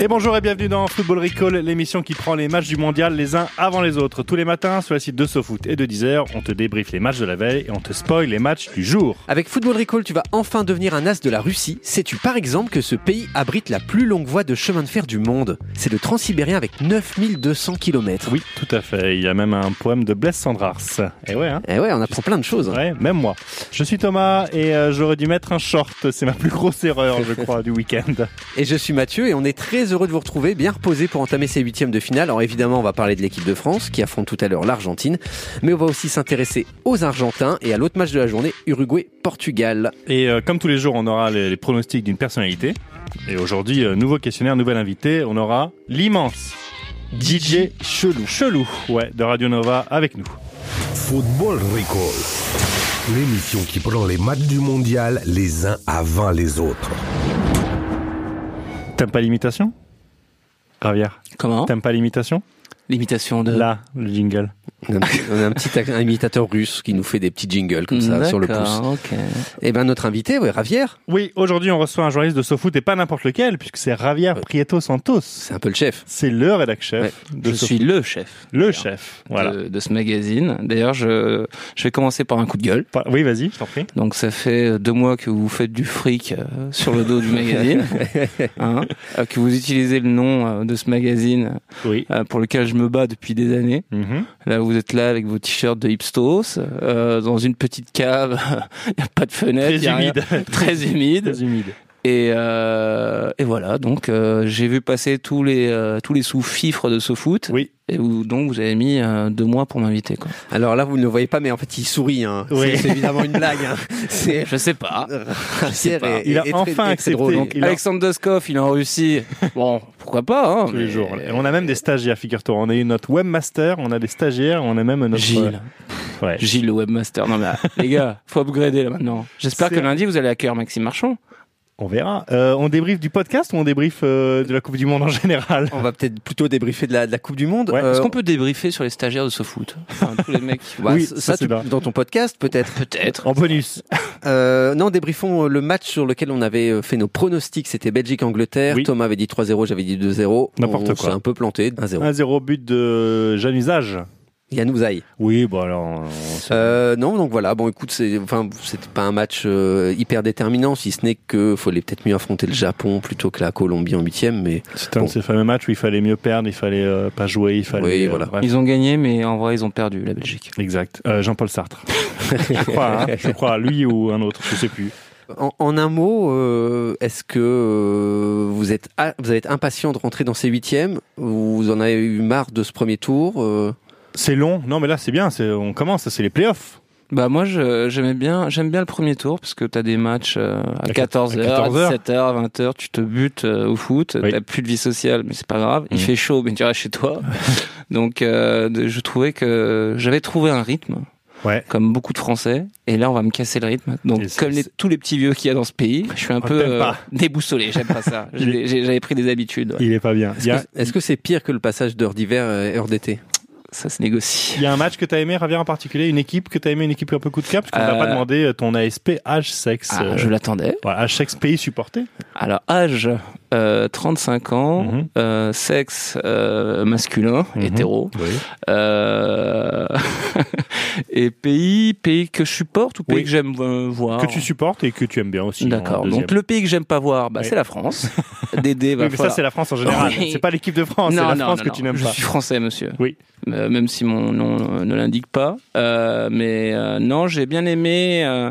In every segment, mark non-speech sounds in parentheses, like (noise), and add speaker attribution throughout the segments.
Speaker 1: Et bonjour et bienvenue dans Football Recall, l'émission qui prend les matchs du mondial les uns avant les autres. Tous les matins, sur le site de SoFoot et de Deezer, on te débriefe les matchs de la veille et on te spoil les matchs du jour.
Speaker 2: Avec Football Recall, tu vas enfin devenir un as de la Russie. Sais-tu par exemple que ce pays abrite la plus longue voie de chemin de fer du monde C'est le Transsibérien avec 9200 km.
Speaker 1: Oui, tout à fait. Il y a même un poème de Blaise Cendrars. Et ouais, hein
Speaker 2: Eh ouais, on apprend plein de choses.
Speaker 1: Ouais, même moi. Je suis Thomas et euh, j'aurais dû mettre un short. C'est ma plus grosse erreur, je crois, du week-end.
Speaker 2: Et je suis Mathieu et on est très heureux de vous retrouver, bien reposé pour entamer ces huitièmes de finale. Alors évidemment, on va parler de l'équipe de France qui affronte tout à l'heure l'Argentine, mais on va aussi s'intéresser aux Argentins et à l'autre match de la journée, Uruguay-Portugal.
Speaker 1: Et euh, comme tous les jours, on aura les, les pronostics d'une personnalité. Et aujourd'hui, euh, nouveau questionnaire, nouvel invité, on aura l'immense DJ Chelou. Chelou, ouais, de Radio Nova avec nous.
Speaker 3: Football Recall. L'émission qui prend les matchs du mondial les uns avant les autres.
Speaker 1: T'aimes pas l'imitation Ravière,
Speaker 4: Comment
Speaker 1: t'aimes pas l'imitation
Speaker 4: L'imitation de...
Speaker 1: Là, le jingle.
Speaker 2: On a un petit- on a un petit ac- un imitateur russe qui nous fait des petits jingles comme ça sur le pouce.
Speaker 4: D'accord, ok.
Speaker 2: Et ben notre invité, ouais, Ravière,
Speaker 1: Oui, aujourd'hui, on reçoit un journaliste de SoFoot et pas n'importe lequel, puisque c'est Javier Prieto Santos.
Speaker 2: c'est un peu le chef.
Speaker 1: C'est le rédac chef de
Speaker 4: Je
Speaker 1: SoFoot.
Speaker 4: suis le Euh. chef
Speaker 1: le chef. Voilà.
Speaker 4: de, de ce magazine. D'ailleurs, je, je vais commencer par un coup de gueule.
Speaker 1: Pas- Oui, vas-y, je t'en prie.
Speaker 4: Donc ça fait deux mois que vous faites du fric euh, sur le dos
Speaker 1: (laughs)
Speaker 4: du magazine, hein, euh, que vous utilisez le nom euh, de ce magazine
Speaker 1: Oui.
Speaker 4: euh, pour lequel je me bats depuis des années.
Speaker 1: Mhm.
Speaker 4: Là, vous êtes là avec vos t-shirts de hipstos, euh, dans une petite cave, (laughs) il n'y a pas de fenêtre,
Speaker 1: Très
Speaker 4: y a rien.
Speaker 1: humide.
Speaker 4: Eh, (laughs) très humide.
Speaker 1: Très humide.
Speaker 4: Et, euh, et voilà, donc euh, j'ai vu passer tous les euh, tous les sous-fifres de ce foot.
Speaker 1: Oui.
Speaker 4: Et vous, donc vous avez mis euh, deux mois pour m'inviter
Speaker 1: (laughs)
Speaker 4: quoi.
Speaker 2: Alors là, vous ne le voyez pas, mais en fait, il sourit. Hein.
Speaker 1: Oui.
Speaker 2: C'est- C'est évidemment une blague.
Speaker 1: (laughs)
Speaker 2: Hein. C'est
Speaker 4: Je sais pas.
Speaker 2: Ravière
Speaker 4: pas.
Speaker 2: est-
Speaker 1: Il a
Speaker 2: est très-
Speaker 1: enfin
Speaker 2: est très
Speaker 1: accepté.
Speaker 2: drôle.
Speaker 4: Donc
Speaker 1: Il a-
Speaker 4: Alexandre Doskov, il est en
Speaker 1: (laughs)
Speaker 4: Russie. Bon, pourquoi pas hein,
Speaker 1: Tous les
Speaker 4: mais-
Speaker 1: jours. Et on a même des stagiaires, figure-toi. On a eu notre webmaster, on a des stagiaires, on a même notre.
Speaker 4: Euh, Gilles,
Speaker 1: Ouais.
Speaker 4: Gilles le webmaster. Non mais ah, les gars, faut upgrader là maintenant. J'espère
Speaker 1: C'est-
Speaker 4: que lundi vous allez accueillir Maxime Marchand.
Speaker 1: On verra. Euh, on débriefe du podcast ou on débriefe euh, de la Coupe du Monde en
Speaker 4: (laughs)
Speaker 1: général
Speaker 2: On va peut-être plutôt débriefer de la, de la Coupe du Monde.
Speaker 1: Ouais.
Speaker 2: Euh,
Speaker 4: Est-ce qu'on peut débriefer sur les stagiaires de ce foot Enfin, Tous les mecs.
Speaker 2: bah,
Speaker 1: Oui,
Speaker 2: ça,
Speaker 1: ça,
Speaker 2: tu-
Speaker 1: c'est bien.
Speaker 2: dans ton podcast peut-être.
Speaker 1: (laughs)
Speaker 4: Peut-être.
Speaker 1: En bonus.
Speaker 2: Euh, non, débriefons euh, le match sur lequel on avait euh, fait nos pronostics. C'était Belgique-Angleterre.
Speaker 1: Oui.
Speaker 2: Thomas avait dit 3-0, j'avais dit 2-0.
Speaker 1: N'importe
Speaker 2: On
Speaker 1: quoi.
Speaker 2: s'est un peu planté, 1-0.
Speaker 1: 1-0 but de Jeanne Usage.
Speaker 2: Yannou Zaï.
Speaker 1: Oui, bon alors. on- on-
Speaker 2: Euh, non, donc voilà. Bon, écoute, c'est, enfin, c'était pas un match euh, hyper déterminant, si ce n'est que fallait peut-être mieux affronter le Japon plutôt que la Colombie en huitième, mais
Speaker 1: C'était un
Speaker 2: bon.
Speaker 1: de ces fameux matchs où il fallait mieux perdre, il fallait euh, pas jouer, il fallait.
Speaker 2: Oui, voilà.
Speaker 1: bref.
Speaker 4: Ils ont gagné, mais en vrai ils ont perdu la Belgique.
Speaker 1: Exact. Euh, Jean-Paul Sartre.
Speaker 4: (laughs)
Speaker 1: je crois, hein. je crois, lui ou un autre, je sais plus.
Speaker 2: En, en un mot, euh, est-ce que euh, vous êtes a- vous êtes impatient de rentrer dans ces huitièmes Vous en avez eu marre de ce premier tour euh,
Speaker 1: C'est long. Non, mais là, c'est bien. c'est- On commence. C'est les playoffs.
Speaker 4: Bah moi je- j'aimais bien j'aime bien le premier tour parce que t'as des matchs euh, à
Speaker 1: À
Speaker 4: 14h,
Speaker 1: 14h.
Speaker 4: 17h, 20h, tu te butes euh, au foot,
Speaker 1: Oui.
Speaker 4: t'as plus de vie sociale mais c'est pas grave, il
Speaker 1: Mhm.
Speaker 4: fait chaud mais tu restes
Speaker 1: (laughs)
Speaker 4: chez toi. Donc euh, de- je trouvais que j'avais trouvé un rythme
Speaker 1: Ouais.
Speaker 4: comme beaucoup de Français et là on va me casser le rythme. Donc
Speaker 1: Et c'est-
Speaker 4: comme les-
Speaker 1: c'est-
Speaker 4: tous les petits vieux qu'il y a dans ce pays, je suis un
Speaker 1: On
Speaker 4: peu euh,
Speaker 1: t'aime pas.
Speaker 4: déboussolé, j'aime pas
Speaker 1: (laughs)
Speaker 4: ça. J'ai
Speaker 1: Il est-
Speaker 4: des- j'ai- J'avais pris des habitudes. ouais.
Speaker 1: Il est pas bien. Il
Speaker 2: Est-ce
Speaker 1: y, a,
Speaker 2: que- est-ce que c'est pire que le passage d'heure d'hiver et heure d'été
Speaker 4: Ça se négocie.
Speaker 1: il y a un match que t'as aimé, Ravier en particulier, une équipe que t'as aimé, une équipe un peu coup de cap, parce qu'on t'a
Speaker 4: Euh,
Speaker 1: pas demandé ton ASP, âge, sexe,
Speaker 4: Ah,
Speaker 1: euh,
Speaker 4: je l'attendais.
Speaker 1: voilà, âge, sexe, pays supporté.
Speaker 4: Alors âge euh, 35 ans,
Speaker 1: Mhm.
Speaker 4: euh, sexe euh, masculin,
Speaker 1: Mhm.
Speaker 4: hétéro,
Speaker 1: Oui.
Speaker 4: euh, (laughs) et pays pays que je supporte ou pays
Speaker 1: Oui.
Speaker 4: que j'aime euh, voir.
Speaker 1: Que tu supportes et que tu aimes bien aussi. en
Speaker 4: D'accord.
Speaker 1: deuxième.
Speaker 4: Donc le pays que j'aime pas voir, bah,
Speaker 1: Oui.
Speaker 4: c'est
Speaker 1: (laughs)
Speaker 4: la France. Dédé, va
Speaker 1: Oui, mais ça, c'est la France en général.
Speaker 4: Oui.
Speaker 1: C'est pas l'équipe de France, c'est la France que tu n'aimes
Speaker 4: Je
Speaker 1: pas.
Speaker 4: suis français, monsieur.
Speaker 1: Oui.
Speaker 4: Euh, même si mon nom euh, ne l'indique pas. Euh, mais euh, non, j'ai bien aimé. euh,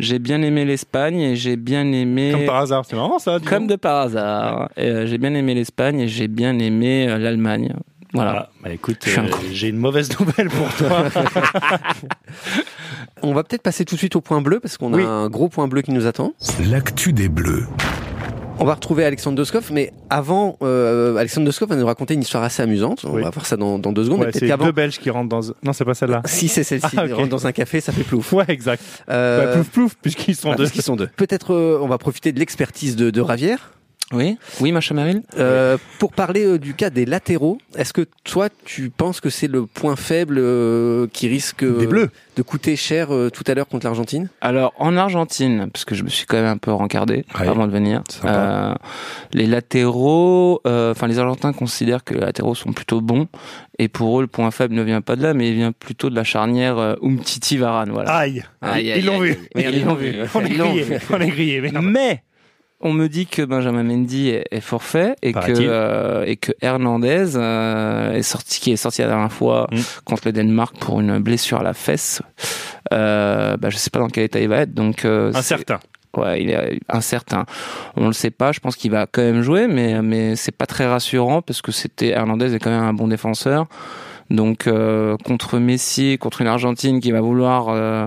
Speaker 4: j'ai bien aimé l'Espagne et j'ai bien aimé.
Speaker 1: Comme par hasard. C'est marrant, ça. dis
Speaker 4: Comme
Speaker 1: donc.
Speaker 4: de par hasard. Et, euh, j'ai bien aimé l'Espagne et j'ai bien aimé euh, l'Allemagne. Voilà.
Speaker 1: Ah, bah écoute,
Speaker 4: Je suis un
Speaker 1: euh,
Speaker 4: con.
Speaker 1: j'ai une mauvaise (laughs) nouvelle pour toi.
Speaker 2: On va peut-être passer tout de suite au point bleu parce qu'on
Speaker 1: Oui.
Speaker 2: a un gros point bleu qui nous attend.
Speaker 3: L'actu des Bleus.
Speaker 2: On va retrouver Alexandre Doskov, mais avant, euh, Alexandre Doskov va nous raconter une histoire assez amusante. On
Speaker 1: Oui.
Speaker 2: va voir ça dans, dans deux secondes,
Speaker 1: Ouais,
Speaker 2: mais peut-être
Speaker 1: c'est
Speaker 2: qu'avant.
Speaker 1: deux Belges qui rentrent dans. Non, c'est pas
Speaker 2: (laughs)
Speaker 1: celle-là.
Speaker 2: Si c'est celle-ci,
Speaker 1: Ah, ok.
Speaker 2: rentre dans un café, ça fait plouf.
Speaker 1: Ouais, exact.
Speaker 2: Euh,
Speaker 1: Bah, plouf plouf, puisqu'ils sont
Speaker 2: ah,
Speaker 1: deux.
Speaker 2: parce qu'ils sont deux. Peut-être euh, on va profiter de l'expertise de, de Ravière
Speaker 4: Oui, oui, ma Meryl.
Speaker 2: euh, pour parler euh, du cas des latéraux. Est-ce que toi, tu penses que c'est le point faible euh, qui risque euh,
Speaker 3: Des bleus.
Speaker 2: de coûter cher euh, tout à l'heure contre l'Argentine
Speaker 4: Alors en Argentine, parce que je me suis quand même un peu rencardé
Speaker 3: Ouais.
Speaker 4: avant de venir,
Speaker 3: Sympa.
Speaker 4: euh, les latéraux, euh, enfin les Argentins considèrent que les latéraux sont plutôt bons et pour eux le point faible ne vient pas de là, mais il vient plutôt de la charnière euh, Umtiti Varane.
Speaker 1: (laughs)
Speaker 4: Voilà.
Speaker 1: Aïe. Ils l'ont vu.
Speaker 4: Ah, Ils l'ont vu.
Speaker 1: (laughs) On est
Speaker 4: Ils l'ont
Speaker 1: grillé. On est grillé. merde.
Speaker 4: Mais on me dit que Benjamin Mendy est, est forfait et que
Speaker 1: Paraît-il.
Speaker 4: euh, et que Hernandez euh, est sorti qui est sorti la dernière fois
Speaker 1: Mm.
Speaker 4: contre le Danemark pour une blessure à la fesse. Euh, bah, je sais pas dans quel état il va être donc euh, c'est-
Speaker 1: Incertain.
Speaker 4: Ouais, il est incertain. On le sait pas. Je pense qu'il va quand même jouer, mais mais c'est pas très rassurant parce que c'était Hernandez est quand même un bon défenseur. Donc euh, contre Messi, contre une Argentine qui va vouloir euh,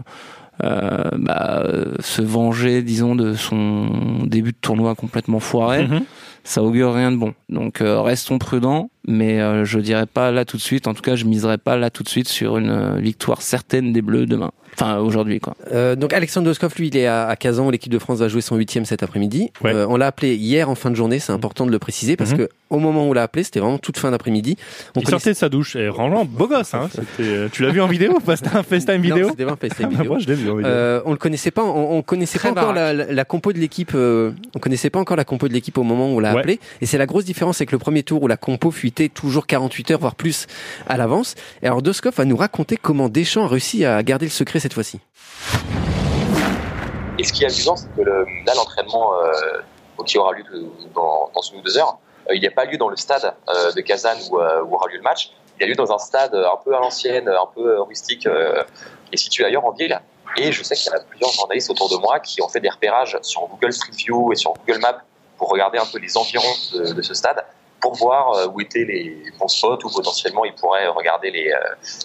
Speaker 4: euh, bah, euh, se venger, disons, de son début de tournoi complètement foiré,
Speaker 1: Mhm.
Speaker 4: ça augure rien de bon. Donc euh, restons prudents, mais euh, je dirais pas là tout de suite. En tout cas, je miserai pas là tout de suite sur une euh, victoire certaine des Bleus demain. Enfin aujourd'hui quoi.
Speaker 2: Euh, donc Alexandre Doskov, lui, il est à, à Kazan. où L'équipe de France va jouer son huitième cet après-midi.
Speaker 1: Ouais.
Speaker 2: Euh, on l'a appelé hier en fin de journée. C'est important de le préciser parce
Speaker 1: Mhm.
Speaker 2: que au moment où on l'a appelé, c'était vraiment toute fin d'après-midi. On
Speaker 1: Il sortait de sa douche et rangeant, beau gosse. Hein. C'était, euh, Tu l'as vu en vidéo ou pas C'était un FaceTime
Speaker 2: Non,
Speaker 1: vidéo
Speaker 2: c'était pas un FaceTime
Speaker 1: (laughs) Ah, bah,
Speaker 2: vidéo.
Speaker 1: Moi, je l'ai vu en vidéo.
Speaker 2: Euh, on le connaissait pas, on, on connaissait
Speaker 4: Très
Speaker 2: pas encore la, la- la compo de l'équipe. euh, on connaissait pas encore la compo de l'équipe au moment où on l'a
Speaker 1: Ouais.
Speaker 2: appelé. Et c'est la grosse différence avec le premier tour où la compo fuitait toujours 48 heures voire plus à l'avance. Et alors Doskov va nous raconter comment Deschamps a réussi à garder le secret cette fois-ci.
Speaker 5: Et ce qui est amusant, c'est que le- là, l'entraînement euh, qui aura lieu dans, dans une ou deux heures, euh, il n'a pas lieu dans le stade euh, de Kazan où, euh, où aura lieu le match. Il a lieu dans un stade euh, un peu à l'ancienne, euh, un peu euh, rustique, euh, qui est situé ailleurs en ville. Et je sais qu'il y en a plusieurs journalistes autour de moi qui ont fait des repérages sur Google Street View et sur Google Maps pour regarder un peu les environs de, de ce stade pour voir euh, où étaient les bons spots où potentiellement ils pourraient regarder les, euh,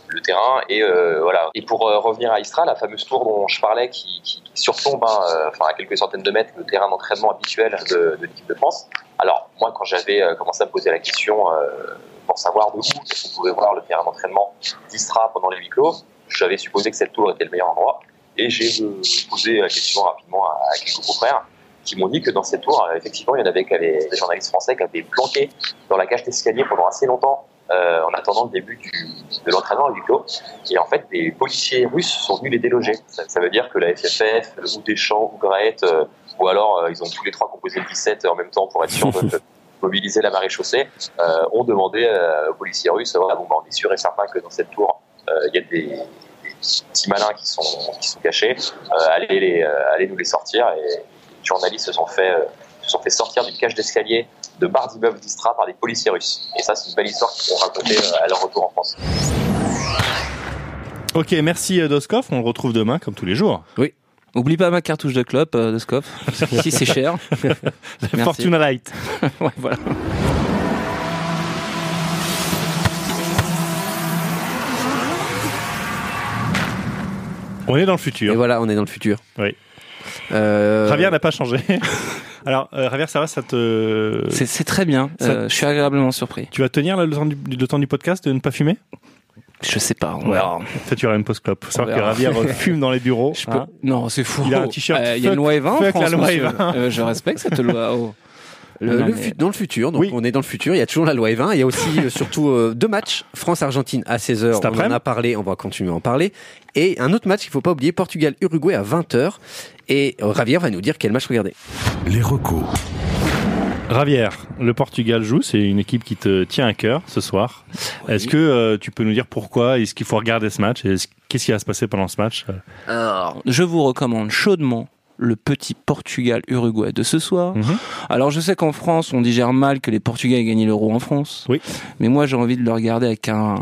Speaker 5: le terrain et euh, voilà. Et pour euh, revenir à Istra, la fameuse tour dont je parlais qui, qui- qui surplombe hein, euh, enfin à quelques centaines de mètres le terrain d'entraînement habituel de, de l'équipe de France. Alors moi quand j'avais euh, commencé à me poser la question euh, pour savoir de où est-ce qu'on pouvait voir le terrain d'entraînement d'Istra pendant les huis clos, j'avais supposé que cette tour était le meilleur endroit et j'ai euh, posé la question rapidement à, à quelques confrères qui m'ont dit que dans cette tour, euh, effectivement, il y en avait qui avaient- des journalistes français qui avaient planqué dans la cage d'escalier pendant assez longtemps euh, en attendant le début du, de l'entraînement à huis clos. Et en fait, des policiers russes sont venus les déloger. Ça, ça veut dire que la FFF, ou Deschamps, ou Graët, euh, ou alors euh, ils ont tous les trois composé le 17 en même temps pour être sûr de de mobiliser la marée chaussée, euh, ont demandé euh, aux policiers russes, voilà, bon, bah, on est sûr et certain que dans cette tour, euh, il y a des, des petits malins qui sont, qui sont cachés, euh, allez, les, euh, allez nous les sortir. Et les journalistes se sont fait, euh, se sont fait sortir d'une cage d'escalier de bar d'immeuble d'Istra par des policiers russes. Et ça, c'est une belle histoire qu'ils ont racontée euh, à leur retour en France.
Speaker 1: Ok, merci euh, Doskov. On le retrouve demain, comme tous les jours. (laughs)
Speaker 4: Oublie pas ma cartouche de clope euh, de scope. si c'est cher. Merci.
Speaker 1: Fortuna Light.
Speaker 4: ouais, voilà.
Speaker 1: Euh, On est dans le
Speaker 2: Et
Speaker 1: futur.
Speaker 2: voilà, on est dans le futur.
Speaker 1: Oui.
Speaker 2: Euh,
Speaker 1: Javier n'a pas changé. (laughs) Alors, euh, Javier, ça va, ça te.
Speaker 4: C'est, c'est très bien.
Speaker 1: Ça-
Speaker 4: Euh, je suis agréablement surpris.
Speaker 1: Tu vas tenir là, le, temps du, le temps du podcast de ne pas fumer
Speaker 4: Je sais pas. on
Speaker 1: Ouais.
Speaker 4: verra.
Speaker 1: Ça, tu auras une post-clope. Faut savoir
Speaker 4: On
Speaker 1: que
Speaker 4: verra.
Speaker 1: Javier
Speaker 4: (laughs)
Speaker 1: euh, fume dans les bureaux.
Speaker 4: Je
Speaker 1: hein.
Speaker 4: peux- Non, c'est fou.
Speaker 1: Il a un t-shirt
Speaker 4: Euh, Il y a
Speaker 1: fuck-
Speaker 4: une loi E20 en
Speaker 1: fuck la
Speaker 4: France,
Speaker 1: loi
Speaker 4: monsieur.
Speaker 1: E20.
Speaker 4: Euh, je respecte cette loi. Oh.
Speaker 2: Le,
Speaker 4: Non,
Speaker 2: le
Speaker 4: mais-
Speaker 2: fu- dans le futur, donc
Speaker 1: Oui.
Speaker 2: on est dans le futur, il y a toujours la loi E20, il y a aussi euh, surtout euh, deux matchs, France-Argentine à 16h,
Speaker 1: Cet
Speaker 2: on en
Speaker 1: après-midi.
Speaker 2: a parlé, on va continuer à en parler, et un autre match qu'il faut pas oublier, Portugal-Uruguay à 20h, et euh, Javier va nous dire quel match regarder.
Speaker 3: Les recos.
Speaker 1: Javier, le Portugal joue. C'est une équipe qui te tient à cœur ce soir. Est-ce que euh, tu peux nous dire pourquoi Est-ce qu'il faut regarder ce match Est-ce- Qu'est-ce qui va se passer pendant ce match
Speaker 4: Alors, je vous recommande chaudement le petit Portugal-Uruguay de ce soir.
Speaker 1: Mhm.
Speaker 4: Alors, je sais qu'en France, on digère mal que les Portugais aient gagné l'euro en France.
Speaker 1: Oui.
Speaker 4: Mais moi, j'ai envie de le regarder avec un,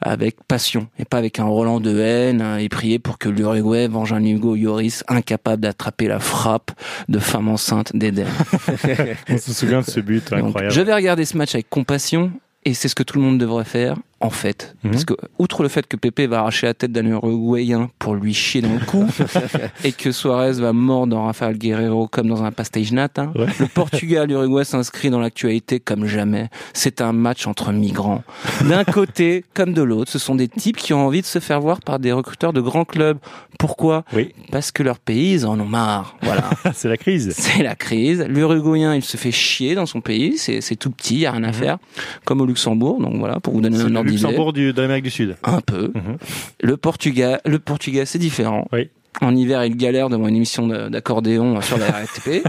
Speaker 4: avec passion et pas avec un Roland de haine hein, et prier pour que l'Uruguay venge un Hugo Lloris incapable d'attraper la frappe de femme enceinte d'Eden.
Speaker 1: On se souvient de ce but
Speaker 4: Donc,
Speaker 1: incroyable.
Speaker 4: je vais regarder ce match avec compassion et c'est ce que tout le monde devrait faire. en fait.
Speaker 1: Mhm.
Speaker 4: Parce que, outre le fait que Pepe va arracher la tête d'un Uruguayen pour lui chier dans
Speaker 1: (laughs)
Speaker 4: le cou, et que Suarez va mordre dans Rafael Guerrero comme dans un pastage nat, hein,
Speaker 1: Ouais.
Speaker 4: le Portugal-Uruguay s'inscrit dans l'actualité comme jamais. C'est un match entre migrants.
Speaker 1: (laughs)
Speaker 4: D'un côté comme de l'autre, ce sont des types qui ont envie de se faire voir par des recruteurs de grands clubs. Pourquoi
Speaker 1: Oui. Ah,
Speaker 4: Parce que leurs pays, ils en ont marre. Voilà.
Speaker 1: c'est la crise.
Speaker 4: C'est la crise. L'Uruguayen, il se fait chier dans son pays. C'est c'est tout petit, il n'y a rien à faire. Comme au Luxembourg, donc voilà, pour vous donner
Speaker 1: Mhm. C'est
Speaker 4: un
Speaker 1: le
Speaker 4: ordre d'idée.
Speaker 1: Luxembourg du, de l'Amérique du Sud.
Speaker 4: Un peu.
Speaker 1: Mhm.
Speaker 4: Le Portugal, le Portugal, c'est différent.
Speaker 1: Oui.
Speaker 4: En hiver, il galère devant une émission de- d'accordéon sur
Speaker 1: (laughs)
Speaker 4: la RTP.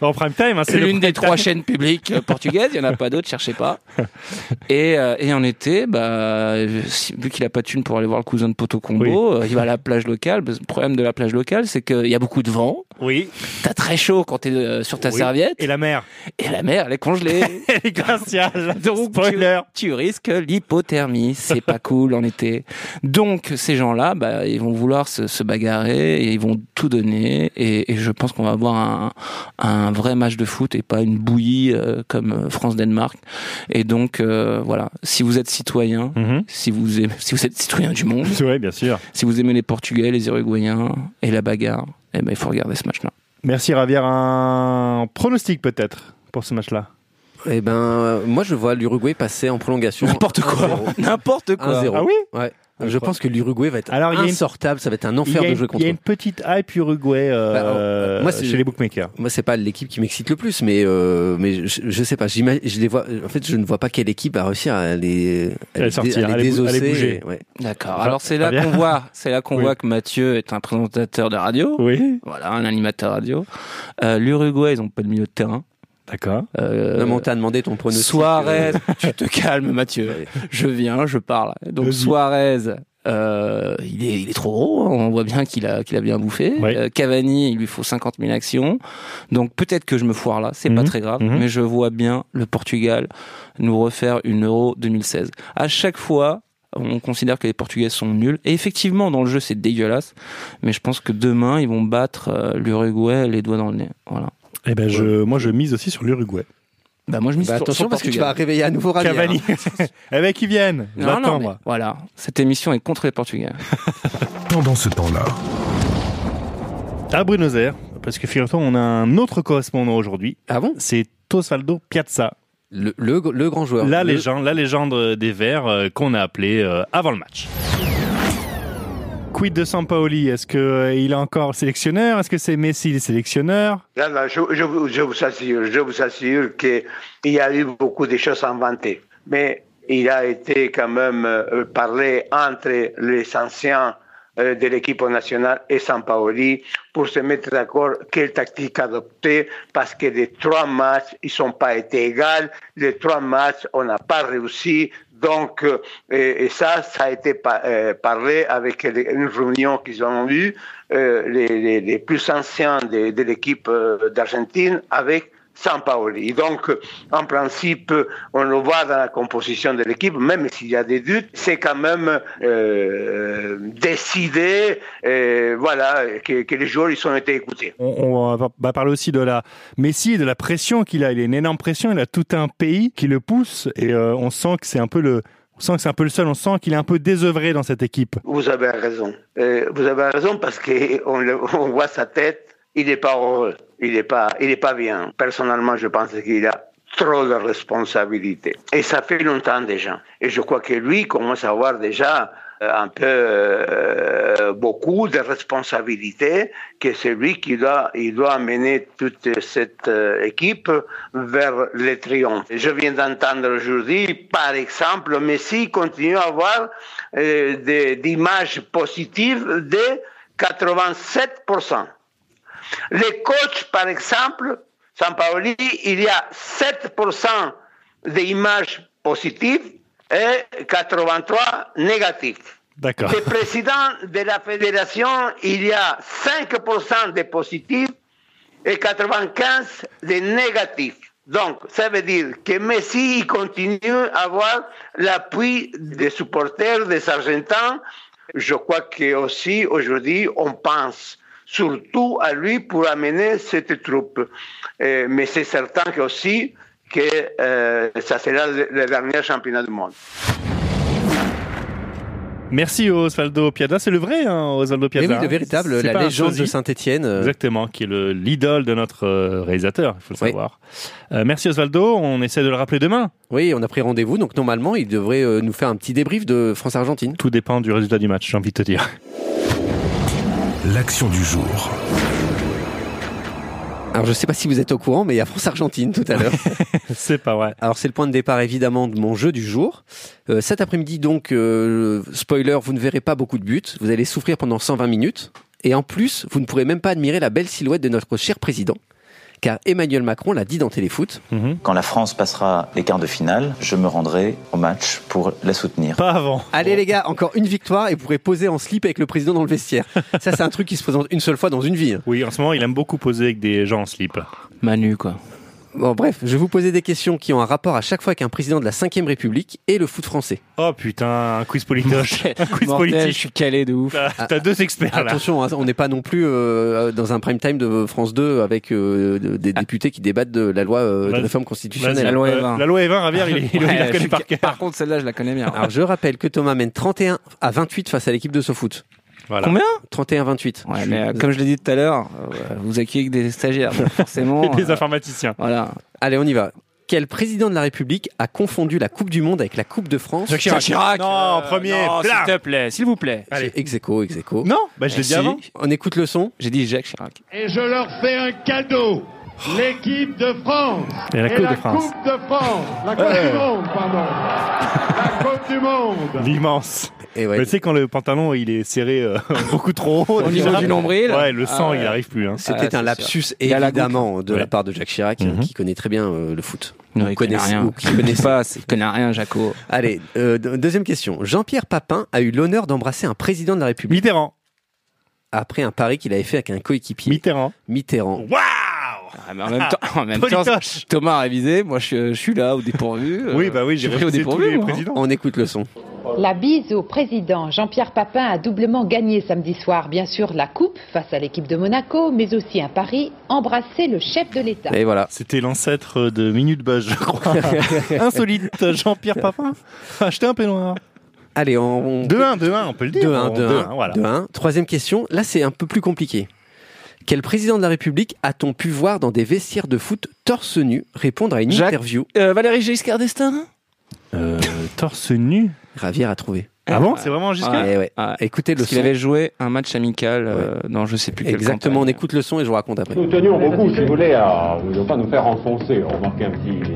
Speaker 1: En prime time, hein,
Speaker 4: C'est
Speaker 1: c'est le
Speaker 4: l'une des trois chaînes publiques euh, portugaises. Il n'y en a pas d'autres, cherchez pas.
Speaker 1: (laughs)
Speaker 4: Et, euh, et en été, bah, si- vu qu'il a pas de thune pour aller voir le cousin de Poto Combo, euh, il va à la plage locale. Le problème de la plage locale, c'est qu'il y a beaucoup de vent.
Speaker 1: Oui.
Speaker 4: T'as très chaud quand t'es euh, sur ta
Speaker 1: Oui.
Speaker 4: serviette.
Speaker 1: Et la (laughs) mer.
Speaker 4: Et la mer, elle est (laughs) congelée.
Speaker 1: Elle est glaciale.
Speaker 4: Donc, tu,
Speaker 1: Spoiler.
Speaker 4: tu risques l'hypothermie. C'est pas cool en été. Donc, ces gens-là, bah, ils vont vouloir se, se bagarrer et ils vont tout donner. Et, et je pense qu'on va avoir un, un vrai match de foot et pas une bouillie euh, comme euh, France-Danemark. Et donc, euh, voilà. Si vous êtes citoyen,
Speaker 1: Mhm.
Speaker 4: si vous, aimez- si vous êtes citoyen du monde,
Speaker 1: Oui, bien sûr.
Speaker 4: si vous aimez les Portugais, les Uruguayens et la bagarre, eh ben, il faut regarder ce match-là.
Speaker 1: Merci Ravière. Un pronostic peut-être pour ce match-là.
Speaker 2: Eh ben, euh, moi je vois l'Uruguay passer en prolongation.
Speaker 4: N'importe quoi.
Speaker 2: 1-0.
Speaker 4: N'importe quoi.
Speaker 2: 1-0.
Speaker 1: Ah oui
Speaker 2: Ouais. Je pense que l'Uruguay va être
Speaker 1: Alors, il y a une-
Speaker 2: insortable, ça va être un
Speaker 1: Il y,
Speaker 2: enfer
Speaker 1: a
Speaker 2: de
Speaker 1: une,
Speaker 2: jouer
Speaker 1: il
Speaker 2: contre
Speaker 1: y a
Speaker 2: eux.
Speaker 1: une petite hype Uruguay euh,
Speaker 2: Bah, euh, moi, c'est-
Speaker 1: chez les bookmakers.
Speaker 2: Moi, c'est pas l'équipe qui m'excite le plus, mais euh, mais je, je sais pas. j'imagine- Je les vois. En fait, je ne vois pas quelle équipe va réussir à les
Speaker 1: À les sortir, à les bou- à les
Speaker 2: désosser.
Speaker 1: bouger.
Speaker 2: Ouais.
Speaker 4: D'accord.
Speaker 1: Enfin,
Speaker 4: Alors c'est là
Speaker 1: Fabien.
Speaker 4: qu'on voit, c'est là qu'on
Speaker 1: Oui.
Speaker 4: voit que Mathieu est un présentateur de radio.
Speaker 1: Oui.
Speaker 4: Voilà, un animateur radio. Euh, L'Uruguay, ils ont pas de milieu de terrain.
Speaker 1: D'accord.
Speaker 4: Euh,
Speaker 2: Non, mais on t'a demandé ton pronostic.
Speaker 4: Suarez,
Speaker 2: euh,
Speaker 4: tu te calmes, Mathieu. Je viens, je parle. Donc
Speaker 1: Vas-y.
Speaker 4: Suarez, euh, il est, il est trop gros. hein. On voit bien qu'il a, qu'il a bien bouffé.
Speaker 1: Ouais.
Speaker 4: Euh, Cavani, il lui faut 50 000 actions. Donc peut-être que je me foire là. C'est pas
Speaker 1: Mhm.
Speaker 4: très grave,
Speaker 1: Mhm.
Speaker 4: mais je vois bien le Portugal nous refaire une Euro 2016. À chaque fois. On considère que les Portugais sont nuls. Et effectivement, dans le jeu, c'est dégueulasse. Mais je pense que demain, ils vont battre euh, l'Uruguay les doigts dans le nez. Voilà.
Speaker 1: Eh ben, je, moi, je mise aussi sur l'Uruguay.
Speaker 4: Bah, moi, je mise
Speaker 2: bah,
Speaker 4: sur- sur
Speaker 2: attention parce que tu
Speaker 4: Portugal.
Speaker 2: vas réveiller à nouveau hein. Ravier,
Speaker 1: Cavani. (laughs) eh ben, qu'ils viennent. Je
Speaker 4: Non, non,
Speaker 1: l'attends,
Speaker 4: mais
Speaker 1: moi.
Speaker 4: voilà. Cette émission est contre les Portugais.
Speaker 3: Pendant ce temps-là,
Speaker 1: À Buenos Aires, parce que figure-toi, on a un autre correspondant aujourd'hui.
Speaker 2: hein. Ah bon
Speaker 1: C'est Tosaldo Piazza.
Speaker 2: le, le le grand joueur.
Speaker 1: La
Speaker 2: Le-
Speaker 1: légende, la légende des Verts euh, qu'on a appelé euh, avant le match. Quid de Sampaoli Est-ce que euh, il est encore sélectionneur Est-ce que c'est Messi le sélectionneur
Speaker 6: Non, non, je, je vous- je vous assure, je vous assure qu'il y a eu beaucoup de choses inventées, mais il a été quand même euh, parlé entre les anciens euh, de l'équipe nationale et Sampaoli pour se mettre d'accord quelle tactique adopter parce que les trois matchs ils n'ont pas été égaux, les trois matchs on n'a pas réussi donc euh, et, et ça ça a été pa- euh, parlé avec les- une réunion qu'ils ont eue euh, les, les- les plus anciens de, de l'équipe euh, d'Argentine avec Sampaoli. Donc, euh, en principe, euh, on le voit dans la composition de l'équipe, même s'il y a des doutes, c'est quand même euh, décidé, euh, voilà, que, que les joueurs ils ont été écoutés.
Speaker 1: on, on va- va parler aussi de la Messi, et de la pression qu'il a. Il a une énorme pression. Il a tout un pays qui le pousse et euh, on sent que c'est un peu le, on sent que c'est un peu le seul. On sent qu'il est un peu désœuvré dans cette équipe.
Speaker 6: Vous avez raison. Euh, vous avez raison parce que (laughs) on, le- on voit sa tête, il n'est pas heureux, il n'est pas, il est pas bien. Personnellement, je pense qu'il a trop de responsabilités. Et ça fait longtemps déjà. Et je crois que lui commence à avoir déjà euh, un peu euh, beaucoup de responsabilités que c'est lui qui doit, il doit amener toute cette euh, équipe vers le triomphe. Je viens d'entendre aujourd'hui, par exemple, Messi continue à avoir euh, des- d'images positives de 87%. Les coachs, par exemple, Sampaoli, il y a 7% d'images positives et 83 négatives.
Speaker 1: D'accord.
Speaker 6: Le président de la fédération, il y a 5% de positifs et 95% de négatifs. Donc, ça veut dire que Messi il continue à avoir l'appui des supporters des Argentins. Je crois que aussi aujourd'hui, on pense surtout à lui pour amener cette troupe. Euh, mais c'est certain que aussi que euh, ça sera le, le dernier championnat du monde.
Speaker 1: Merci Osvaldo Piazza, c'est le vrai hein, Osvaldo
Speaker 2: Mais
Speaker 1: Piazza.
Speaker 2: oui,
Speaker 1: hein.
Speaker 2: le véritable,
Speaker 1: C'est
Speaker 2: la
Speaker 1: pas un
Speaker 2: légende
Speaker 1: sosie.
Speaker 2: de Saint-Étienne. euh,
Speaker 1: Exactement, qui est le- l'idole de notre euh, réalisateur, il faut le
Speaker 2: Oui.
Speaker 1: savoir. Euh, merci Osvaldo, on essaie de le rappeler demain.
Speaker 2: Oui, on a pris rendez-vous, donc normalement, il devrait euh, nous faire un petit débrief de France-Argentine.
Speaker 1: Tout dépend du résultat du match, j'ai envie de te dire.
Speaker 3: L'action du jour.
Speaker 2: Alors, je sais pas si vous êtes au courant, mais il y a France-Argentine tout à l'heure.
Speaker 1: c'est pas vrai.
Speaker 2: Alors, (laughs) c'est le point de départ, évidemment, de mon jeu du jour. Euh, cet après-midi, donc, euh, spoiler, vous ne verrez pas beaucoup de buts. Vous allez souffrir pendant 120 minutes. Et en plus, vous ne pourrez même pas admirer la belle silhouette de notre cher président. Car Emmanuel Macron l'a dit dans Téléfoot.
Speaker 1: Mhm.
Speaker 7: Quand la France passera les quarts de finale, je me rendrai au match pour la soutenir.
Speaker 1: Pas avant.
Speaker 2: Allez les gars, encore une victoire et vous pourrez poser en slip avec le président dans le vestiaire. Ça, c'est un truc qui se présente une seule fois dans une vie. hein.
Speaker 1: Oui, en ce moment, il aime beaucoup poser avec des gens en slip.
Speaker 4: Manu, quoi.
Speaker 2: Bon, bref, je vais vous poser des questions qui ont un rapport à chaque fois avec un président de la Ve République et le foot français.
Speaker 1: Oh putain, un quiz politoche. un quiz
Speaker 4: (laughs) Mortel, je
Speaker 1: politique.
Speaker 4: suis calé de ouf.
Speaker 1: T'as t'as deux experts là.
Speaker 2: Attention, hein, on n'est pas non plus euh, dans un prime time de France 2 avec euh, de- des députés qui débattent de la loi euh, de
Speaker 1: Ah. Vas-y.
Speaker 2: réforme
Speaker 1: Vas-y,
Speaker 2: constitutionnelle.
Speaker 4: la loi
Speaker 1: euh,
Speaker 4: Evin.
Speaker 1: La loi Evin, Ravière, (laughs) il, est- il, est- il
Speaker 4: Ouais,
Speaker 1: la
Speaker 4: je
Speaker 1: connaît
Speaker 4: suis
Speaker 1: par
Speaker 4: ca-
Speaker 1: cœur.
Speaker 4: par contre, celle-là, je la connais bien.
Speaker 2: Alors je rappelle que Thomas mène 31 à 28 face à l'équipe de SoFoot.
Speaker 1: Voilà.
Speaker 4: Combien
Speaker 2: 31-28.
Speaker 4: Ouais,
Speaker 2: Je-
Speaker 4: mais euh, comme je l'ai dit tout à l'heure, euh, vous accueillez que des
Speaker 1: (laughs)
Speaker 4: stagiaires, donc forcément.
Speaker 1: Et des
Speaker 4: euh,
Speaker 1: informaticiens.
Speaker 4: voilà.
Speaker 2: Allez, on y va. Quel président de la République a confondu la Coupe du Monde avec la Coupe de France
Speaker 1: Jacques Chirac. Non,
Speaker 4: euh,
Speaker 1: en premier,
Speaker 4: non,
Speaker 1: plat.
Speaker 4: S'il te plaît, s'il vous plaît.
Speaker 1: Allez.
Speaker 2: Ex aequo, ex aequo.
Speaker 1: Non, bah, je l'ai dit
Speaker 4: Si.
Speaker 1: avant.
Speaker 2: On écoute le son.
Speaker 4: J'ai dit Jacques Chirac.
Speaker 8: Et je leur fais un cadeau. L'équipe de France.
Speaker 1: Et la Coupe de France.
Speaker 8: Coupe de France. La Coupe du Monde, pardon. La Coupe du Monde.
Speaker 1: L'immense.
Speaker 2: Et ouais.
Speaker 1: Mais tu sais, quand le pantalon il est serré euh, (laughs) beaucoup trop haut,
Speaker 4: Au niveau
Speaker 1: déjà,
Speaker 4: du nombril.
Speaker 1: Ouais, le sang,
Speaker 4: Ah ouais.
Speaker 1: il arrive plus. Hein.
Speaker 4: Ah,
Speaker 2: C'était
Speaker 4: c'est
Speaker 2: un lapsus
Speaker 4: Il y a la
Speaker 2: évidemment de
Speaker 1: Ouais.
Speaker 2: la part de Jacques Chirac, euh,
Speaker 1: Mhm.
Speaker 2: qui connaît très bien euh, le foot.
Speaker 4: Non, il
Speaker 2: Vous
Speaker 4: connaît
Speaker 2: connaissez-
Speaker 4: rien.
Speaker 2: ou qui connaissez.
Speaker 4: pas, il connaît rien, Jaco.
Speaker 2: Allez, euh, de- deuxième question. Jean-Pierre Papin a eu l'honneur d'embrasser un président de la République
Speaker 1: Mitterrand.
Speaker 2: après un pari qu'il avait fait avec un coéquipier,
Speaker 1: Mitterrand.
Speaker 2: Mitterrand.
Speaker 1: Waouh
Speaker 4: Ah, mais en même temps, en même temps
Speaker 1: Politoche
Speaker 4: Thomas a révisé, moi je, suis- je suis là au dépourvu. euh,
Speaker 1: Oui, bah oui, j'ai
Speaker 4: je suis pris au
Speaker 1: refusé tous les
Speaker 4: dépourvu. moi.
Speaker 1: présidents.
Speaker 2: On écoute le son.
Speaker 9: La bise au président Jean-Pierre Papin a doublement gagné samedi soir, bien sûr la coupe face à l'équipe de Monaco, mais aussi un pari embrasser le chef de l'État.
Speaker 2: Et
Speaker 4: (laughs)
Speaker 2: voilà.
Speaker 1: C'était l'ancêtre de Minute Buzz, je crois. Insolite, Jean-Pierre Papin. Acheter un peignoir.
Speaker 2: Allez, on...
Speaker 1: 2-1, 2-1, on peut le dire.
Speaker 2: 2-1,
Speaker 4: hein,
Speaker 2: 2-1,
Speaker 1: voilà.
Speaker 2: 2-1. Troisième question. Là, c'est un peu plus compliqué. Quel président de la République a-t-on pu voir dans des vestiaires de foot torse nu répondre à une
Speaker 4: Jacques-
Speaker 2: interview
Speaker 4: Euh, Valérie Giscard d'Estaing
Speaker 1: Euh, torse nu.
Speaker 2: Ravière a trouvé.
Speaker 1: Ah bon C'est vraiment Giscard
Speaker 2: Eh ouais.
Speaker 4: Ah,
Speaker 2: Écoutez le
Speaker 4: Parce
Speaker 2: son.
Speaker 4: qu'il avait joué un match amical euh, dans je sais plus quelle
Speaker 2: Exactement, on
Speaker 4: campagne.
Speaker 2: écoute le son et je vous raconte après.
Speaker 8: Nous tenions beaucoup, si vous voulez, à ne pas nous faire enfoncer. Remarquez un petit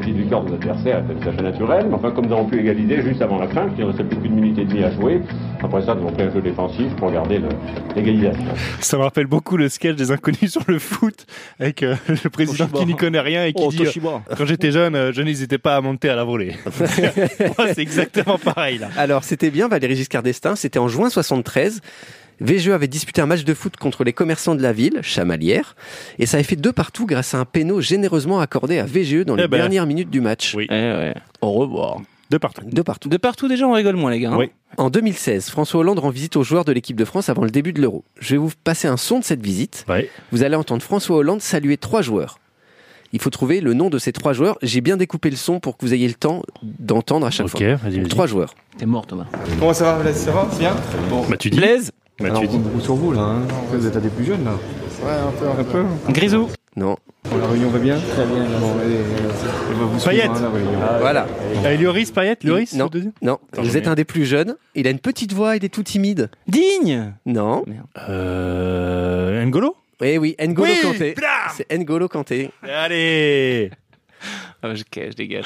Speaker 8: petit du corps de l'adversaire, c'est tout à fait naturel. Mais enfin, comme nous avons pu égaliser juste avant la fin, il ne restait plus qu'une minute et demie à jouer. Après ça, nous avons fait un jeu défensif pour garder le- l'égalisation.
Speaker 1: Ça me rappelle beaucoup le sketch des inconnus (laughs) sur le foot avec euh, le président qui n'y connaît rien et qui
Speaker 2: Oh,
Speaker 1: dit euh, Quand j'étais jeune, euh, je n'hésitais pas à monter à la
Speaker 2: (laughs)
Speaker 1: volée. Moi, c'est exactement pareil là.
Speaker 2: Alors, c'était bien Valérie Giscard d'Estaing, c'était en juin 73. VGE avait disputé un match de foot contre les commerçants de la ville, Chamalières, et ça avait fait deux partout grâce à un péno généreusement accordé à VGE dans les
Speaker 1: Eh ben.
Speaker 2: dernières minutes du match.
Speaker 1: Oui.
Speaker 4: Eh ouais. Au revoir.
Speaker 1: De partout.
Speaker 2: Deux partout.
Speaker 4: De partout déjà on rigole moins les gars. hein.
Speaker 1: Oui.
Speaker 2: En 2016, François Hollande rend visite aux joueurs de l'équipe de France avant le début de l'Euro. Je vais vous passer un son de cette visite.
Speaker 1: Ouais.
Speaker 2: Vous allez entendre François Hollande saluer trois joueurs. Il faut trouver le nom de ces trois joueurs. J'ai bien découpé le son pour que vous ayez le temps d'entendre à chaque
Speaker 1: Ok,
Speaker 2: fois.
Speaker 1: vas-y,
Speaker 2: Donc,
Speaker 1: vas-y.
Speaker 2: Trois joueurs.
Speaker 4: T'es mort Thomas.
Speaker 8: Comment ça va, ça va Bien
Speaker 1: Bah, tu dis.
Speaker 4: Blaise,
Speaker 1: Bah, tu dis.
Speaker 8: beaucoup sur vous, là. Vous êtes à des plus jeunes, là. Ouais, un peu. Un peu.
Speaker 4: Grisou,
Speaker 2: Non.
Speaker 8: La réunion va bien Très bien. Bon, allez, on va vous
Speaker 1: Payet.
Speaker 8: suivre, hein, la réunion.
Speaker 2: Voilà.
Speaker 1: Euh, Lloris, Payet, Lloris
Speaker 2: Non.
Speaker 1: le deuxième
Speaker 2: Non.
Speaker 1: Attends,
Speaker 2: vous
Speaker 1: j'en ai
Speaker 2: êtes un des plus jeunes. Il a une petite voix. Il est tout timide.
Speaker 4: digne.
Speaker 2: Non.
Speaker 1: Euh. N'Golo
Speaker 2: Eh oui, N'Golo
Speaker 1: Oui,
Speaker 2: Kanté.
Speaker 1: blam
Speaker 2: C'est N'Golo Kanté.
Speaker 1: Allez
Speaker 4: Ah, je, je dégage.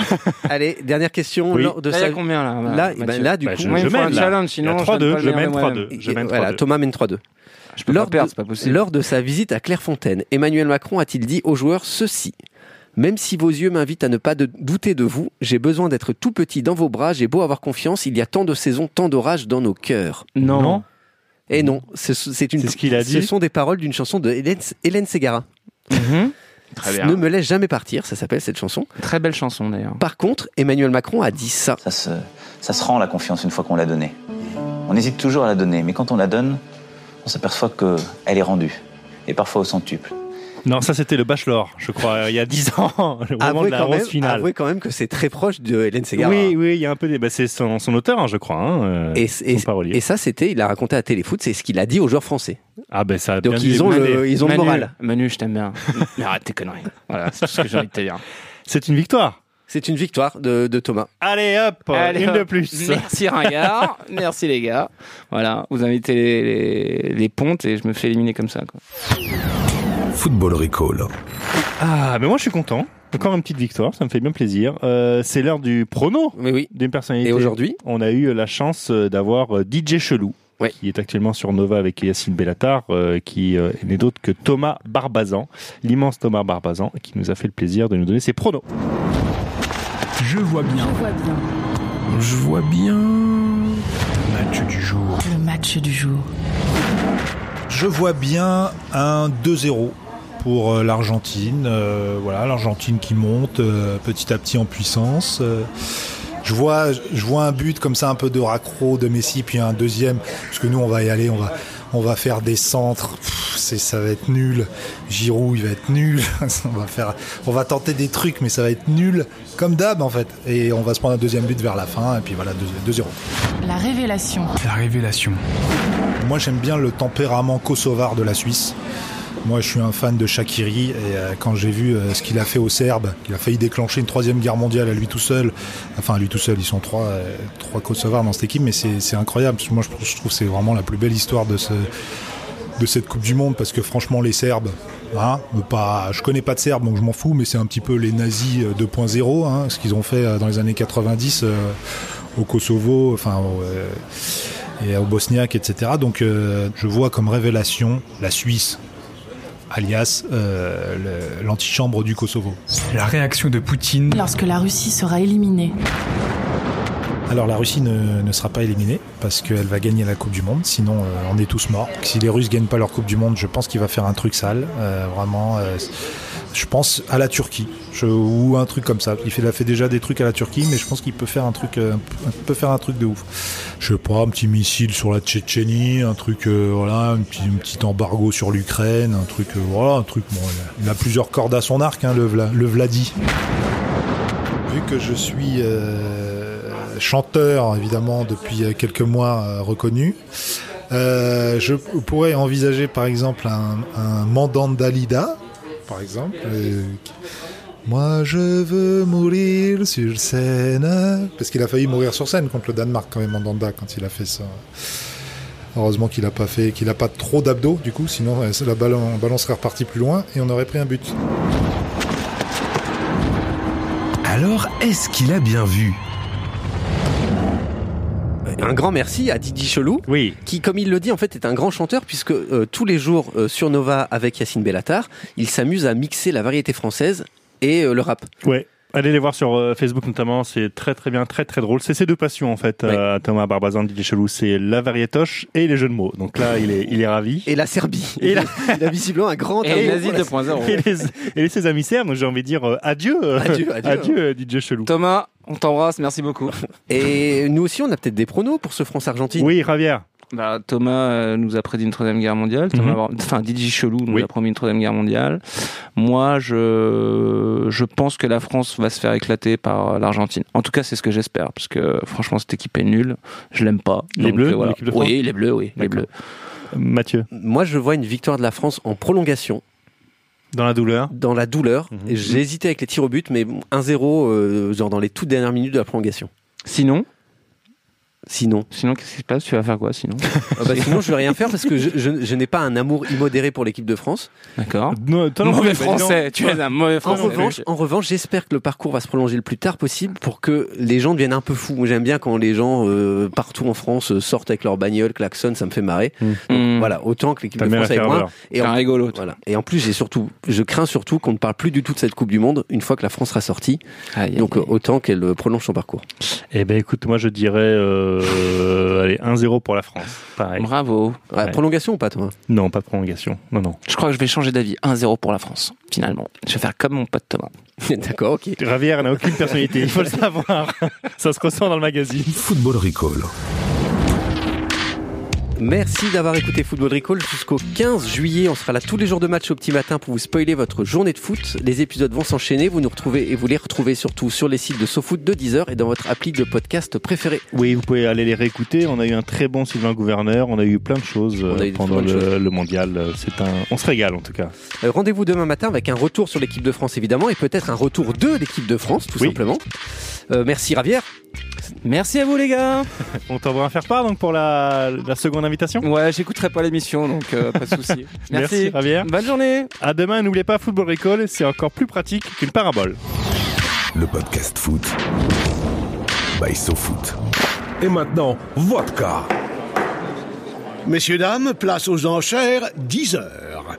Speaker 2: Allez, dernière question.
Speaker 1: Oui.
Speaker 2: Lors de
Speaker 4: Là, il y
Speaker 2: sa-
Speaker 4: a combien là
Speaker 2: Là,
Speaker 4: Ah, Mathieu
Speaker 2: ben là, du
Speaker 1: Bah,
Speaker 2: coup,
Speaker 1: je,
Speaker 4: Moi, il
Speaker 1: je
Speaker 4: me faut
Speaker 1: mène
Speaker 4: un
Speaker 1: là. Il
Speaker 4: challenge,
Speaker 1: y a
Speaker 4: sinon je donne
Speaker 1: 3-2,
Speaker 4: pas le
Speaker 1: je
Speaker 4: meilleur
Speaker 1: mène
Speaker 4: de
Speaker 1: 3-2. Je mène
Speaker 2: voilà,
Speaker 1: 3-2.
Speaker 2: Thomas mène 3-2.
Speaker 4: Je peux
Speaker 2: Lors
Speaker 4: pas perdre,
Speaker 2: de-
Speaker 4: c'est pas possible.
Speaker 2: Lors de sa visite à Clairefontaine, Emmanuel Macron a-t-il dit aux joueurs ceci Même si vos yeux m'invitent à ne pas de- douter de vous, j'ai besoin d'être tout petit dans vos bras, j'ai beau avoir confiance, il y a tant de saisons, tant d'orages dans nos cœurs.
Speaker 4: Non.
Speaker 2: Et non, ce- c'est une.
Speaker 1: C'est ce qu'il a dit.
Speaker 2: Ce sont des paroles d'une chanson de Hélène, Hélène Ségara.
Speaker 4: Mhm. Très
Speaker 2: Ne
Speaker 4: bien.
Speaker 2: me laisse jamais partir, ça s'appelle cette chanson.
Speaker 4: Très belle chanson d'ailleurs.
Speaker 2: Par contre, Emmanuel Macron a dit ça.
Speaker 7: Ça se, ça se rend la confiance une fois qu'on l'a donnée. On hésite toujours à la donner, mais quand on la donne, on s'aperçoit qu'elle est rendue, et parfois au centuple.
Speaker 1: Non, ça c'était le Bachelor, je crois, euh, il y a 10 ans, (laughs) le moment
Speaker 2: Avouez
Speaker 1: de la
Speaker 2: quand, même,
Speaker 1: rose finale.
Speaker 2: avouez quand même que c'est très proche de Hélène Segarra.
Speaker 1: Oui, oui, il y a un peu des. bah, c'est son, son auteur, hein, je crois. hein, euh,
Speaker 2: hein. Et,
Speaker 1: son
Speaker 2: et-
Speaker 1: parolier.
Speaker 2: et ça, c'était, il a raconté à Téléfoot, c'est ce qu'il a dit aux joueurs français.
Speaker 1: Ah ben ça. a
Speaker 2: Donc
Speaker 1: bien dû
Speaker 2: ils ont,
Speaker 1: les
Speaker 2: le,
Speaker 1: blender.
Speaker 2: ils ont le
Speaker 4: Manu,
Speaker 2: moral.
Speaker 4: Manu, je t'aime bien. Mais arrête tes conneries. Voilà, c'est tout ce que j'ai envie de te dire.
Speaker 1: C'est une victoire.
Speaker 2: C'est une victoire de, de Thomas.
Speaker 1: (laughs) Allez hop, euh,
Speaker 4: Allez,
Speaker 1: une
Speaker 4: hop.
Speaker 1: de plus.
Speaker 4: Merci Ringard, merci les gars. Voilà, vous invitez les, les- les pontes et je me fais éliminer comme ça. Quoi.
Speaker 3: Football Recall.
Speaker 1: Ah, mais moi je suis content. Encore une petite victoire, ça me fait bien plaisir. Euh, c'est l'heure du prono
Speaker 2: Mais oui.
Speaker 1: d'une personnalité.
Speaker 2: Et aujourd'hui
Speaker 1: on a eu la chance euh, d'avoir euh, DJ Chelou,
Speaker 2: Ouais.
Speaker 1: qui est actuellement sur Nova avec Yacine Bellatar, euh, qui euh, n'est d'autre que Thomas Barbazan, l'immense Thomas Barbazan, qui nous a fait le plaisir de nous donner ses pronos.
Speaker 10: Je vois bien. Je vois bien. Match du jour.
Speaker 11: Le match du jour.
Speaker 10: Je vois bien un 2-0 pour euh, l'Argentine. Euh, voilà, l'Argentine qui monte euh, petit à petit en puissance. Euh, je vois, je vois un but comme ça, un peu de raccro de Messi, puis un deuxième, parce que nous on va y aller, on va, on va faire des centres. Pff, c'est, ça va être nul. Giroud, il va être nul. (laughs) on va faire, on va tenter des trucs, mais ça va être nul comme d'hab en fait. Et on va se prendre un deuxième but vers la fin, et puis voilà, 2 2-0.
Speaker 11: La révélation.
Speaker 10: La révélation. Moi, j'aime bien le tempérament kosovar de la Suisse. Moi, je suis un fan de Shakiri et euh, quand j'ai vu euh, ce qu'il a fait aux Serbes, qu'il a failli déclencher une troisième guerre mondiale à lui tout seul, enfin à lui tout seul, ils sont trois, euh, trois Kosovars dans cette équipe, mais c'est c'est incroyable. Parce que Moi, je trouve- je trouve que c'est vraiment la plus belle histoire de, ce, de cette Coupe du Monde parce que franchement, les Serbes, hein, pas, je connais pas de Serbes donc je m'en fous, mais c'est un petit peu les nazis euh, 2.0, hein, ce qu'ils ont fait euh, dans les années 90 euh, au Kosovo, enfin. au, euh, et au Bosniaque, etc. Donc euh, je vois comme révélation la Suisse, alias euh, le- l'antichambre du Kosovo. La réaction de Poutine.
Speaker 11: Lorsque la Russie sera éliminée.
Speaker 10: Alors la Russie ne, ne sera pas éliminée parce qu'elle va gagner la Coupe du Monde, sinon euh, on est tous morts. Si les Russes gagnent pas leur Coupe du Monde, je pense qu'il va faire un truc sale, euh, vraiment. euh, je pense à la Turquie je- ou un truc comme ça. Il fait, il a fait déjà des trucs à la Turquie, mais je pense qu'il peut faire un truc, euh, peut faire un truc de ouf. Je sais pas, un petit missile sur la Tchétchénie, un truc, euh, voilà, un petit, un petit embargo sur l'Ukraine, un truc, euh, voilà, un truc. Bon, il a plusieurs cordes à son arc, hein, le, Vla- le Vladi. Vu que je suis euh, chanteur, évidemment, depuis euh, quelques mois euh, reconnu, euh, je pourrais envisager, par exemple, un, un Mandandalida, par exemple. euh, qui- Moi, je veux mourir sur scène. Parce qu'il a failli mourir sur scène contre le Danemark, quand même, Mandanda, quand il a fait ça. Heureusement qu'il n'a pas fait, qu'il n'a pas trop d'abdos, du coup, sinon euh, la ballon, ballon serait repartie plus loin et on aurait pris un but.
Speaker 3: Alors, est-ce qu'il a bien vu
Speaker 2: Un grand merci à Didi Chelou,
Speaker 1: Oui.
Speaker 2: qui, comme il le dit, en fait, est un grand chanteur, puisque euh, tous les jours euh, sur Nova avec Yacine Bellatar, il s'amuse à mixer la variété française et euh, le rap.
Speaker 1: Ouais. Allez les voir sur euh, Facebook notamment, c'est très très bien, très très drôle. C'est ses deux passions en fait, euh, Thomas Barbazan, Didier Chelou, c'est la variétoche et les jeux de mots. Donc là, il est, il est ravi.
Speaker 2: Et la Serbie.
Speaker 1: Et la-
Speaker 2: Il a visiblement un grand
Speaker 4: Et les
Speaker 2: amour
Speaker 4: nazis
Speaker 2: pour la-
Speaker 1: (laughs)
Speaker 4: 2.0.
Speaker 1: Et, les- et les ses amis serbes, donc j'ai envie de dire euh, adieu, euh,
Speaker 2: Adieu, adieu.
Speaker 1: euh, Didier Chelou.
Speaker 4: Thomas, on t'embrasse, merci beaucoup.
Speaker 2: Et nous aussi, on a peut-être des pronos pour ce France-Argentine.
Speaker 1: Oui, Ravière.
Speaker 4: Bah, Thomas euh, nous a prédit une troisième guerre mondiale. Thomas
Speaker 1: Mhm.
Speaker 4: Bar- Enfin, DJ Chelou nous
Speaker 1: Oui.
Speaker 4: a promis une troisième guerre mondiale. Moi, je, je pense que la France va se faire éclater par euh, l'Argentine. En tout cas, c'est ce que j'espère, parce que franchement, cette équipe est nulle. Je l'aime pas.
Speaker 1: Les
Speaker 4: Donc,
Speaker 1: Bleus,
Speaker 4: euh, voilà.
Speaker 1: l'équipe de France
Speaker 4: Oui, les bleus, oui, les
Speaker 1: D'accord.
Speaker 4: bleus.
Speaker 1: Mathieu.
Speaker 2: Moi, je vois une victoire de la France en prolongation,
Speaker 1: Dans la douleur.
Speaker 2: dans la douleur.
Speaker 1: Mhm.
Speaker 2: Et J'ai hésité avec les tirs au but, mais bon, 1-0, euh, genre dans les toutes dernières minutes de la prolongation.
Speaker 4: Sinon,
Speaker 2: Sinon,
Speaker 4: sinon, qu'est-ce qui se passe Tu vas faire quoi sinon
Speaker 2: Ah (laughs) bah sinon je vais rien faire parce que je, je- je n'ai pas un amour immodéré pour l'équipe de France.
Speaker 4: D'accord.
Speaker 1: Non, toi non plus,
Speaker 4: Mauvais
Speaker 1: bah, dis donc.
Speaker 4: français. Tu es un mauvais
Speaker 2: En
Speaker 4: français.
Speaker 2: revanche, en revanche, j'espère que le parcours va se prolonger le plus tard possible pour que les gens deviennent un peu fous. Moi, J'aime bien quand les gens euh, partout en France euh, sortent avec leur bagnole, klaxonnent, ça me fait marrer.
Speaker 4: Mmh.
Speaker 2: Voilà, autant que l'équipe
Speaker 1: T'as
Speaker 2: de
Speaker 1: bien la
Speaker 2: France avec moi.
Speaker 1: ferveur.
Speaker 2: Et
Speaker 4: T'es un
Speaker 2: en,
Speaker 4: rigolo. toi.
Speaker 2: voilà. Et en plus, j'ai surtout, je crains surtout qu'on ne parle plus du tout de cette Coupe du Monde une fois que la France sera sortie.
Speaker 4: Aïe, aïe,
Speaker 2: Donc
Speaker 4: aïe.
Speaker 2: euh, autant qu'elle euh, prolonge son parcours.
Speaker 1: Eh ben écoute, moi je dirais euh, allez 1-0 pour la France. Pareil.
Speaker 4: Bravo.
Speaker 2: Ah,
Speaker 1: Ouais.
Speaker 2: Prolongation ou pas, Thomas
Speaker 1: Non, pas de prolongation. Non non.
Speaker 4: Je crois que je vais changer d'avis. 1-0 pour la France, finalement. Je vais faire comme mon pote Thomas.
Speaker 2: (laughs) D'accord, ok.
Speaker 1: Ravière n'a aucune personnalité, il faut le savoir. Ça se ressent dans le magazine.
Speaker 3: Football Recall.
Speaker 2: Merci d'avoir écouté Football Recall jusqu'au 15 juillet. On sera là tous les jours de match au petit matin pour vous spoiler votre journée de foot. Les épisodes vont s'enchaîner. Vous nous retrouvez et vous les retrouvez surtout sur les sites de SoFoot de 10h et dans votre appli de podcast préféré.
Speaker 1: Oui, vous pouvez aller les réécouter. On a eu un très bon Sylvain Gouverneur. On a eu plein de choses
Speaker 2: On a eu
Speaker 1: euh,
Speaker 2: de
Speaker 1: pendant
Speaker 2: bonnes
Speaker 1: le,
Speaker 2: choses.
Speaker 1: le mondial. C'est un, on se régale en tout cas.
Speaker 2: Euh, Rendez-vous demain matin avec un retour sur l'équipe de France évidemment et peut-être un retour de l'équipe de France tout simplement. Euh, merci Ravière.
Speaker 4: Merci à vous les gars.
Speaker 1: On t'envoie un faire part donc pour la, la seconde invitation.
Speaker 4: Ouais, j'écouterai pas l'émission donc euh, pas de
Speaker 2: (laughs)
Speaker 4: souci.
Speaker 1: Merci,
Speaker 4: Merci.
Speaker 1: Javier.
Speaker 4: Bonne journée.
Speaker 1: À demain. N'oubliez pas Football Recall. C'est encore plus pratique qu'une parabole.
Speaker 12: Le podcast foot by SoFoot. Et maintenant, vodka.
Speaker 10: Messieurs, dames, place aux enchères, 10 heures.